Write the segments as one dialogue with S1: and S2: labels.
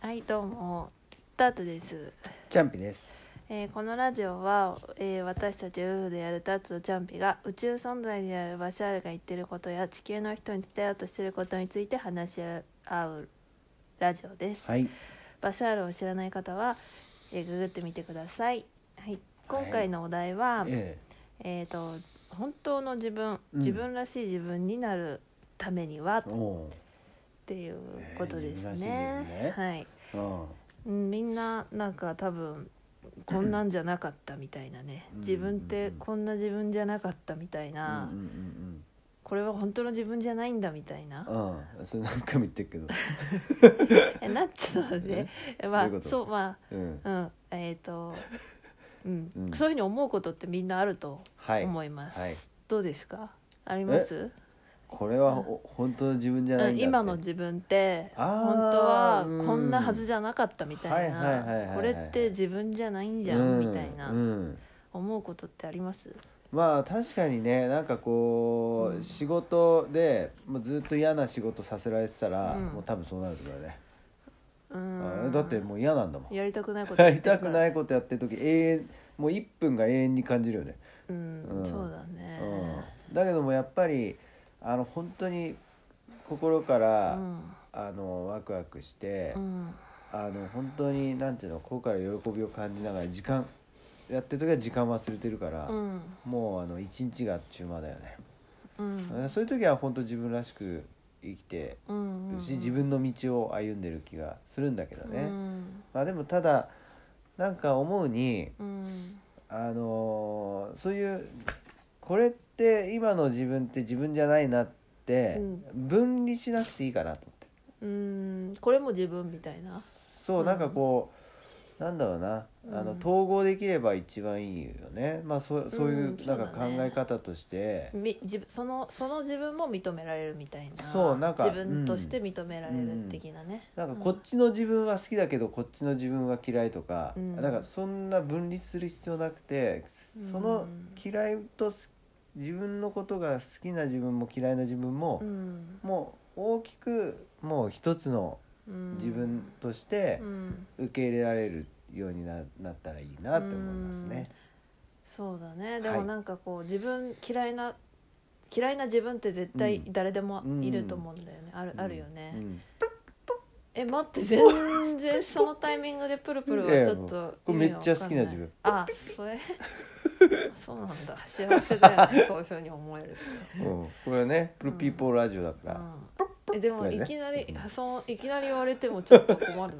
S1: はいどうもダートです、
S2: チャンピです。
S1: えーこのラジオは、えー私たち夫婦であるダートとチャンピが宇宙存在であるバシャールが言ってることや地球の人に伝えようとしていることについて話し合うラジオです、
S2: はい。
S1: バシャールを知らない方は、えーググってみてください、はい、今
S2: は
S1: 回
S2: い
S1: のお題は、
S2: え
S1: えっ、と本当の自分
S2: うん
S1: 自分らしい自分になるためには、
S2: え。
S1: っ
S2: お
S1: ていうことですね,、
S2: えー自分らしい自分
S1: はい
S2: お。
S1: うんみんななんか多分こんなんじゃなかったみたいなね
S2: うん
S1: 自分っ
S2: うんう
S1: て
S2: んうん
S1: こんな自分じゃなかったみたい
S2: うん。
S1: な、
S2: うんうん
S1: これは本当の自分じゃないんだみたいな、
S2: うん。うん。それ何回も言って るけど。
S1: えなっちゃうのでまあ
S2: どういうこと
S1: そうま
S2: うん。
S1: あうんえっ、と、うん
S2: うん
S1: そういうふうに思うことってみんなあると
S2: はい。
S1: 思います、
S2: はい
S1: どうですかあります
S2: これはお本当の自分じゃないんだ
S1: うん
S2: って。
S1: 今の自分って
S2: あー
S1: 本当は
S2: うん
S1: こんなはずじゃなかったみたい
S2: はいはいはいはいは
S1: ないこれって自分じゃないんじゃ
S2: うんん
S1: みたいな
S2: うん。
S1: 思うことってあります
S2: まあ確かにねなんかこう、
S1: うん
S2: 仕事でもうずっと嫌な仕事させられてたら、
S1: うん
S2: もう多分そうなるとかね、
S1: う
S2: あ
S1: ん
S2: だってもう嫌なんだもん
S1: やりたくないこと
S2: や
S1: っ
S2: り
S1: てる
S2: た
S1: か
S2: く
S1: ら
S2: ないことやってる時永遠もう1分が永遠に感じるよね
S1: うん、
S2: うん
S1: そうだね
S2: うん、だけどもやっぱりあの本当に心か
S1: う
S2: ら、
S1: ん
S2: あのワクワクして、
S1: うん
S2: あの本当になんていうの心から喜びを感じながら時間やってる時は時間忘れてるから、
S1: うん
S2: もうあの一日があっちゅう間だよね、
S1: うん
S2: そういう時は本当自分らしく生きて
S1: うん
S2: るし、自分の道を歩んでる気がするんだけど
S1: だ
S2: ね、
S1: うん
S2: まあでもただなんか思うに
S1: うん
S2: あのーそういうこれって今の自分って自分じゃないなって
S1: うん
S2: 分離しなくていいかなと思って
S1: うんこれも自分みたいな
S2: そう、
S1: うん
S2: なんかこうなんだろうなあの、
S1: うん
S2: 統合できれば一番いいよねまあそうそういううんなんか
S1: そう
S2: 考
S1: だね
S2: え方として、
S1: み自分そのその自分も認められるみたいな
S2: そうなんか
S1: 自分として認められる的なね、
S2: なんかこっちの自分は好きだけどこっちの自分は嫌いとか、
S1: うん
S2: なんかそんな分離する必要なくてその嫌いとす自分のことが好きな自分も嫌いな自分も、
S1: うん
S2: もう大きくもう一つの
S1: うん
S2: 自分として
S1: うん
S2: 受け入れられるようにななったらいいなって思いますね。
S1: そうだねで
S2: はい
S1: もなんかこう自分嫌いな嫌いな自分って絶対
S2: うん
S1: 誰でもいると思うんだよね、あるあるよね、
S2: うん
S1: え待って全然そのタイミングでプルプルはちょっと
S2: これめっちゃ好きな
S1: 意味
S2: 自分
S1: わかんないあそれ そうなんだ幸せだよ ねそういうふうに思える、
S2: うんこれはねプルピーポーラジオだ
S1: う
S2: から、
S1: ん、えでも
S2: だよ
S1: い
S2: ね
S1: きなり、そういきなり言われてもちょっと困る、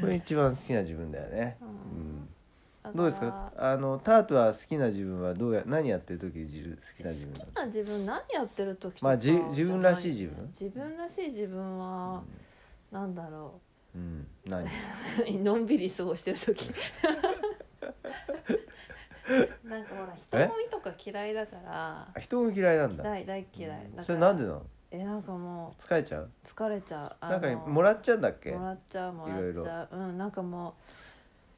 S2: これ一番好きな自分だよね。
S1: う
S2: うんん、どうです
S1: だら
S2: かあのタートは好きな自分はどうや何やってる時自分好きな自分なの
S1: 好きな自分何やってる時とか
S2: まあじ自分らしい
S1: じ
S2: 自
S1: ゃ
S2: 分、
S1: ない自分らしい自分は、なんだろ
S2: うん、何
S1: う のんびり過ごしてる時 なんかほら人
S2: え
S1: 混みとか嫌いだから
S2: あ人も嫌いなんだ
S1: 大大嫌いだから
S2: それなんでなの
S1: えなんかも
S2: 疲れちゃう
S1: う疲れちゃう
S2: なんかも
S1: ら
S2: らっちゃうんだっけ
S1: もらっちゃうもらっちゃう
S2: いろいろ
S1: うんなんかも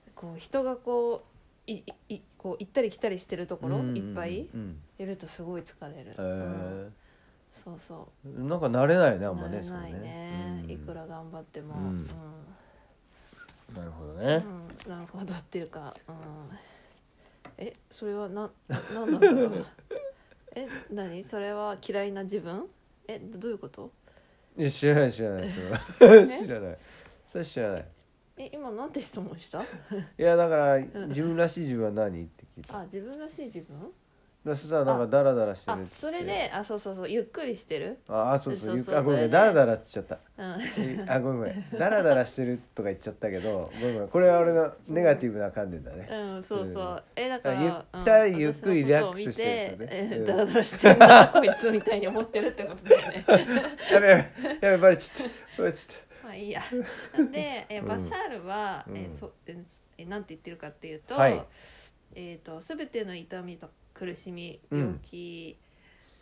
S1: うこう人がこういいいこう行ったり来たりしてるところ、
S2: うんうんうん
S1: いっぱい
S2: うん
S1: いるとすごい疲れる、
S2: へ
S1: うん
S2: え
S1: そうそ
S2: なんか慣れないねあ
S1: うん
S2: ま
S1: 慣
S2: ね
S1: れないね
S2: それねうん
S1: いくら頑張っても、う
S2: うんん
S1: うん
S2: なるほどね、
S1: なるほどっていうか、うん、えそれはななな んなんだろうえ何それは嫌いな自分えどういうこと
S2: いや知らない知らないそれは 知らないそれは知らない
S1: え今なんて質問した
S2: いやだから
S1: ん
S2: 自分らしい自分は何って聞いた
S1: あ自分らしい自分
S2: そしたらなんかダラダラして
S1: あ
S2: るって
S1: それであそうそうそうゆっくりしてる
S2: ああそうそ
S1: そ
S2: う
S1: うそう
S2: ゆあごめん
S1: それ
S2: ごめ
S1: で
S2: んダラダラって言っちゃっ
S1: う
S2: た
S1: ん
S2: えあごめんごめんダラダラしてるとか言っちゃったけどごめんごめんこれは俺のネガティブな観点だね、
S1: うんそうそう、
S2: うん
S1: えだから
S2: ゆったりゆっくり
S1: うん
S2: リラックスしてるとね
S1: 私の
S2: うん
S1: ことを見てえダラダラしてんな こいつみたいに思ってるってことだよ ね
S2: やべやべやべバレちゃったバレちゃっ
S1: まあいいやでえ
S2: うん
S1: バシャールは、え
S2: うん
S1: そええなんて言ってるかっていうと、
S2: はい
S1: えっ、と全ての痛みと苦しみ
S2: うん
S1: 病気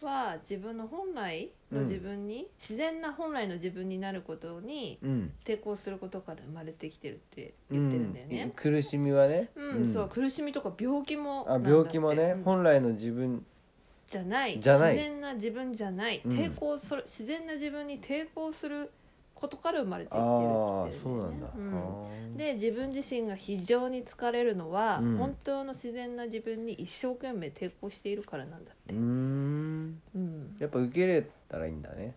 S1: は自分の本来の自分に、自然な本来の自分になることに
S2: たうん
S1: 抵抗することから生まれてきてるって言ってるんだよ
S2: うん
S1: ね。
S2: 苦しみはね
S1: うん、そう苦しみとか病気もな
S2: あ
S1: んだって
S2: 病気もね、
S1: うん
S2: 本来の自分
S1: じゃない
S2: じゃない
S1: 自然な自分じゃない、
S2: うん
S1: 抵抗する自然な自分に抵抗することから生まれてき
S2: あ
S1: てるって言っ
S2: あ
S1: てる
S2: そうなん
S1: だ
S2: だ、
S1: よね
S2: あー
S1: で自分自身が非常に疲れるのは、
S2: うん
S1: 本当の自然な自分に一生懸命抵抗しているからなんだって、
S2: うーん
S1: うん
S2: やっぱ受け入れたらいいんだね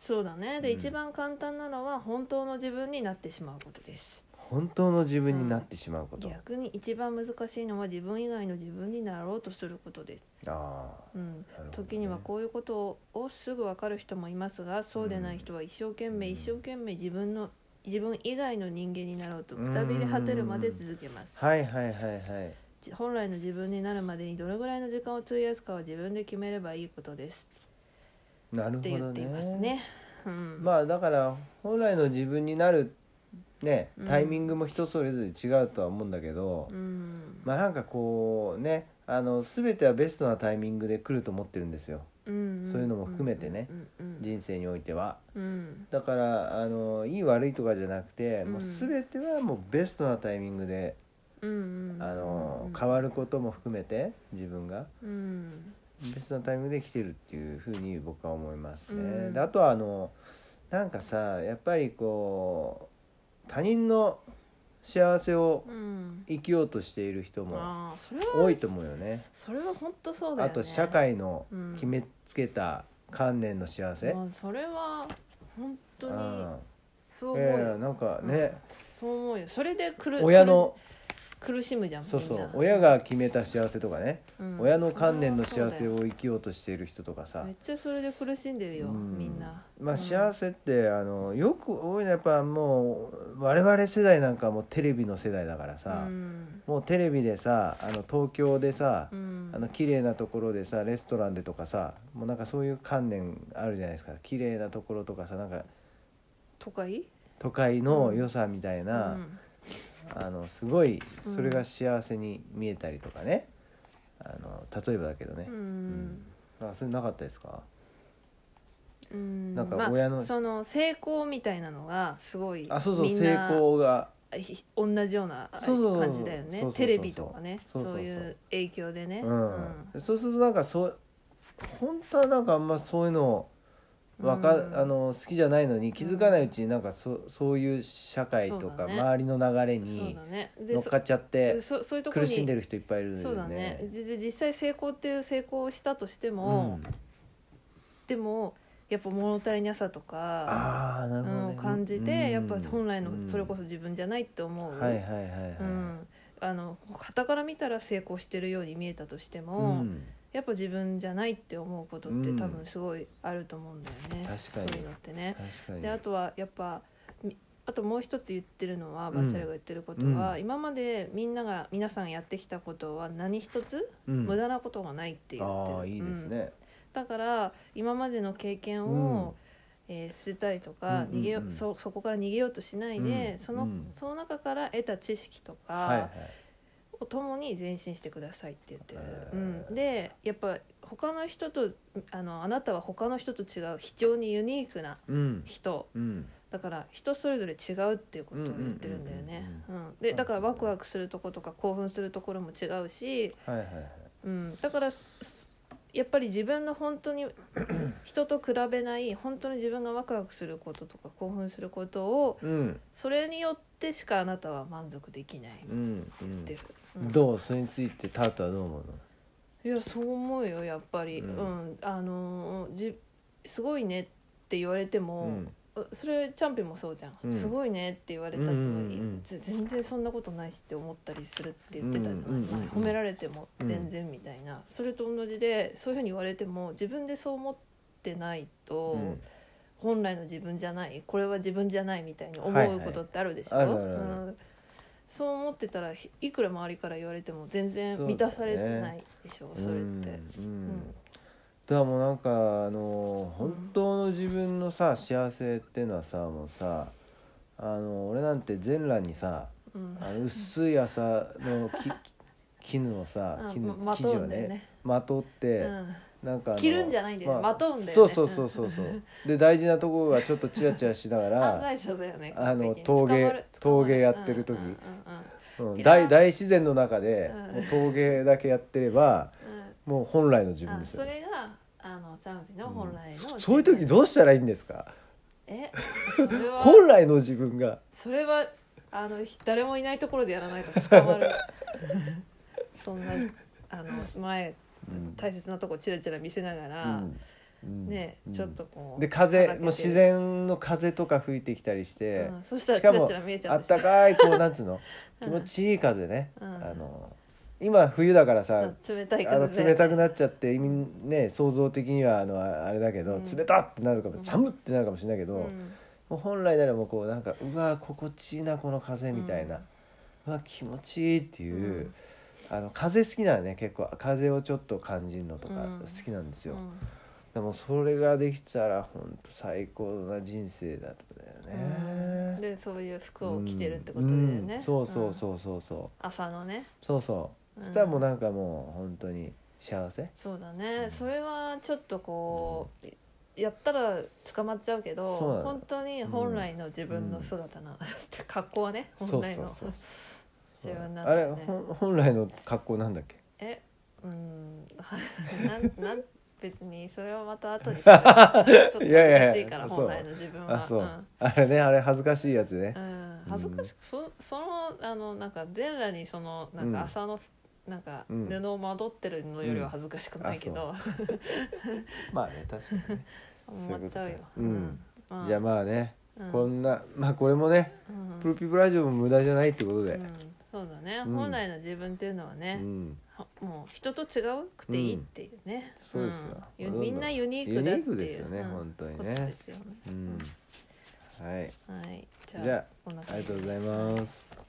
S1: そうだねで、
S2: うん
S1: 一番簡単なのは本当の自分になってしまうことです
S2: 本当の自分になってしまうこと、あ
S1: 逆に一番難しいのは自分以外の自分になろうとすることです、
S2: あ
S1: うん
S2: なるほどね
S1: 時にはこういうことをすぐ分かる人もいますがそうでない人は一生懸命、
S2: うん
S1: 一生懸命自分の自分以外の人間になろうとくたびれ果てるまで続けます、
S2: はいはいはいはい
S1: じ本来の自分になるまでにどれぐらいの時間を費やすかは自分で決めればいいことです
S2: なる
S1: って
S2: ほ
S1: 言
S2: ど
S1: ってい
S2: ね
S1: ますね。うん
S2: まあだから本来の自分になるね
S1: うん
S2: タイミングも人それぞれ違うとは思うんだけど、
S1: うん
S2: まあなんかこうねあの全てはベストなタイミングで来ると思ってるんですよ
S1: うん
S2: そういうのも含めてね
S1: うんうん
S2: 人生においては。
S1: うん
S2: だからあのいい悪いとかじゃなくて、もう
S1: うん
S2: 全てはもうベストなタイミングで、
S1: うんうん
S2: あの
S1: うん
S2: 変わることも含めて自分が
S1: うん
S2: ベストなタイミングで来てるっていうふうに僕は思いますね。
S1: うん
S2: であとはあのなんかさやっぱりこう他人の幸せを
S1: うん
S2: 生きようとしている人も
S1: ああそれは
S2: 多いと思うよね。
S1: それは本当そうだよ
S2: あ
S1: ね
S2: と社会の
S1: うん
S2: 決めつけた観念の幸せ。
S1: まあそれは本当に
S2: あ
S1: そう
S2: あい
S1: 思うよ
S2: やいやなんかね、
S1: そう思うよそれでくる
S2: 親の
S1: 苦し苦しむじゃん
S2: そう
S1: み
S2: そ
S1: ん
S2: う
S1: な
S2: 親が決めた幸せとかね、
S1: うん
S2: 親の観念の幸
S1: そ
S2: せ
S1: れはそうだよ
S2: を生きようとしている人とかさ
S1: めっちゃそれで苦しんでるよ
S2: うん
S1: みんな
S2: ま
S1: う
S2: あ
S1: ん
S2: 幸せってあのよく多いのはやっぱもう我々世代なんかもうテレビの世代だからさ、
S1: うん
S2: もうテレビでさあの東京でさ、
S1: うん
S2: あの綺麗なところでさレストランでとかさもうなんかそういう観念あるじゃないですか綺麗なところとかさなんか
S1: 都会
S2: 都会の良さみたいな、
S1: うん
S2: あのすごいそれが幸せに見えたりとかね、あの例えばだけどね
S1: う、
S2: うん
S1: ん
S2: なんかそれなかったですか
S1: うん
S2: なんか親の
S1: まあ、その成功みたいなのがすごい
S2: あそうそう
S1: みん
S2: 成
S1: な
S2: 功が
S1: ひ同じようなあ
S2: そうそうそう
S1: 感じだよね
S2: そうそうそうそう
S1: テレビとかね
S2: そうそうそう
S1: そういう影響でね、
S2: うん、そうするとなんかそう本当はなんかあんまそういうのわか、
S1: うん
S2: あの好きじゃないのに気づかないうちになんかそそういう社会と
S1: そうだ
S2: か
S1: ね
S2: 周りの流れ
S1: そう
S2: に
S1: だねで
S2: 乗っかっちゃって
S1: そそそういうところ
S2: 苦
S1: に
S2: しんでる人いっぱいいるよね。
S1: そうだねでで実際成功っていう成功をしたとしても、
S2: うん
S1: でもやっぱ物足りなさとか、
S2: ああな
S1: う
S2: るほど、
S1: ん
S2: ね、
S1: 感じて、
S2: うん
S1: やっぱ本来の
S2: うん
S1: それこそ自分じゃないって思う、
S2: はいはいはいはい、
S1: うん、あの傍から見たら成功してるように見えたとして
S2: う
S1: も、
S2: ん、
S1: やっぱ自分じゃないって思うことっ
S2: う
S1: て
S2: ん
S1: 多分すごいあると思うんだよね、
S2: 確かに
S1: そういうのってね。
S2: 確かに
S1: であとはやっぱみあともう一つ言ってるのはバシャルが言ってることは、
S2: うん
S1: 今までみんなが皆さんやってきたことは何一つ
S2: うん
S1: 無駄なことがないって言ってる、
S2: ああいいですね、
S1: うんだから今までの経験を、えー捨てたりとか、
S2: うんうんうん
S1: 逃げよそそこから逃げようとしないで、
S2: うん
S1: その
S2: うん
S1: その中から得た知識とか、
S2: はいはい
S1: を共に前進してくださいって言ってる、
S2: へー
S1: うん、でやっぱ他の人とあのあなたは他の人と違う非常にユニークな
S2: うん
S1: 人
S2: うん
S1: だから人それぞれ違うっていうことを言ってるんだよね。うんでだからワクワクするとことか興奮するところも違うし、
S2: はいはいはい
S1: うん、だからすやっぱり自分の本当 に人と比べない本当に自分がワクワクすることとか興奮することを
S2: うん
S1: それによってしかあなたは満足できないって
S2: うんう
S1: 言って
S2: ん
S1: る。うん
S2: どうそれについてタートはどう思うの
S1: いやそう思うよやっぱり、
S2: う
S1: うんんあのじすごいねって言われて
S2: う
S1: も
S2: ん、
S1: うそれチャンピンもそうじゃん、
S2: うん
S1: すごいねって言われたと、
S2: うんうんうん
S1: ぜ全然そんなことないしって思ったりするって言ってたじゃない、
S2: うんうんうんうん
S1: 前褒められても全然みたいな、それと同じでそういうふうに言われても自分でそう思ってないと、
S2: うん
S1: 本来の自分じゃないこれは自分じゃないみたいに思
S2: はいはいう
S1: ことってあるでしょ、
S2: あるあるある
S1: うんそう思ってたらひいくら周りから言われても全然
S2: そうだよね
S1: 満たされてないでしょそ,、れって。
S2: うんうんだからもうなんかあのー本当の自分のさ幸せっていうのはさもうさあのー俺なんて全裸にさ
S1: うん
S2: あの薄い朝の き絹の
S1: う
S2: さ
S1: ん
S2: 絹
S1: ま
S2: 生地を
S1: まとうんだよ
S2: ね
S1: ね
S2: まとって、
S1: うん
S2: なんかあの
S1: 着るんじゃないんだよねまとうんだよね
S2: そうそうそうそ うそうで大事なところがちょっとチラチラしなが
S1: 犯
S2: ら、
S1: 罪者だよね
S2: あ
S1: 完
S2: の
S1: 璧に
S2: 陶芸
S1: 捕まる
S2: 陶芸やってる時
S1: うんうん
S2: うん
S1: ピラー
S2: 大大自然の中で、
S1: うん
S2: もう陶芸だけやってれば
S1: うんうん
S2: もう本来の自
S1: うん
S2: 分
S1: あ
S2: ですよ
S1: それがあのチャンピの本来の
S2: そそういう時どうしたらいいんですか
S1: え それは
S2: 本来の自分が
S1: それはあのひ誰もいないところでやらないと捕 まるそんなあの前
S2: うん
S1: 大切なとこチラチラ見せながら、
S2: うん
S1: ね
S2: うん
S1: ちょっとこう
S2: で
S1: か
S2: 風
S1: けて
S2: もう自然の風とか吹いてきたりし
S1: う
S2: て、
S1: ん、そしたら
S2: し
S1: チ
S2: か
S1: ラ
S2: も
S1: チラ見えちゃ
S2: あ
S1: う
S2: ったかいこうなんつ うの
S1: う
S2: 気
S1: ん
S2: 持ちいい風ね、
S1: うん
S2: あの今冬だからさ、
S1: そう冷たい
S2: あ
S1: 風で
S2: の冷たくなっちゃって意味ね想像的にはあのああれだけど、
S1: うん
S2: 冷たってなるかも、
S1: うん
S2: 寒ってなるかもしれないけど、
S1: うん
S2: もう本来ならもうこうなんかうわ心地いいなこの風みたいな、うわ気持ちいいっていう、
S1: うん
S2: あの風好きなのね結構風をちょっと感じるのとか
S1: うん
S2: 好きなんです
S1: う
S2: よ、
S1: ん
S2: でもそれができたら本当最高な人生だったんだよね、
S1: でそういう服を着てるってこと
S2: だ
S1: だよね、
S2: うんそうそう
S1: うん
S2: そうそうそう
S1: 朝のね
S2: そうそう、
S1: うん
S2: そしたらもうなんかもう本当に幸せ
S1: そうだねそれはちょっとこう、やったら捕まっちゃうけど
S2: そうなの
S1: 本当に本来の自分の姿な、 格好はね
S2: そ
S1: 本
S2: う
S1: 来
S2: そ
S1: の
S2: うそう
S1: 自分なん
S2: あ
S1: だ
S2: れ
S1: よね
S2: ほん本来の格好なんだっけ
S1: えうん なんなん別にそれはまた後でしよ うちょっと
S2: いやいやい
S1: 恥ず
S2: や
S1: かしいから
S2: そう
S1: 本来の自分は
S2: あそう、
S1: ん
S2: あれねあれ恥ずかしいやつね
S1: う、ん、恥ずかしく、そそのあのなんか全裸にそのなん
S2: う
S1: か
S2: ん
S1: 朝の、なんか
S2: うん
S1: 布をまとってるのよりは恥ずかしくないけど、
S2: まあね確かにねそうい
S1: 思
S2: うこ
S1: っ
S2: と
S1: ちゃ
S2: か
S1: うよ、
S2: うん
S1: ま
S2: じゃあまあね、
S1: うん
S2: こんなまあこれもね
S1: うん
S2: プロピブラジオも無駄じゃないってことで、
S1: うんそうだね、
S2: うん
S1: 本来の自分っていうのは
S2: う
S1: ね、
S2: ん
S1: はもう人と違うくていいっていうね、
S2: そうですよ
S1: んゆ
S2: どんどん
S1: みんなユニークだっていう
S2: ユニークですよね
S1: うん
S2: 本当にね
S1: ことですよね
S2: うんはい
S1: はいじ
S2: じゃあ
S1: こんな
S2: あ
S1: 感
S2: り
S1: じ
S2: がとうご
S1: で
S2: ざいます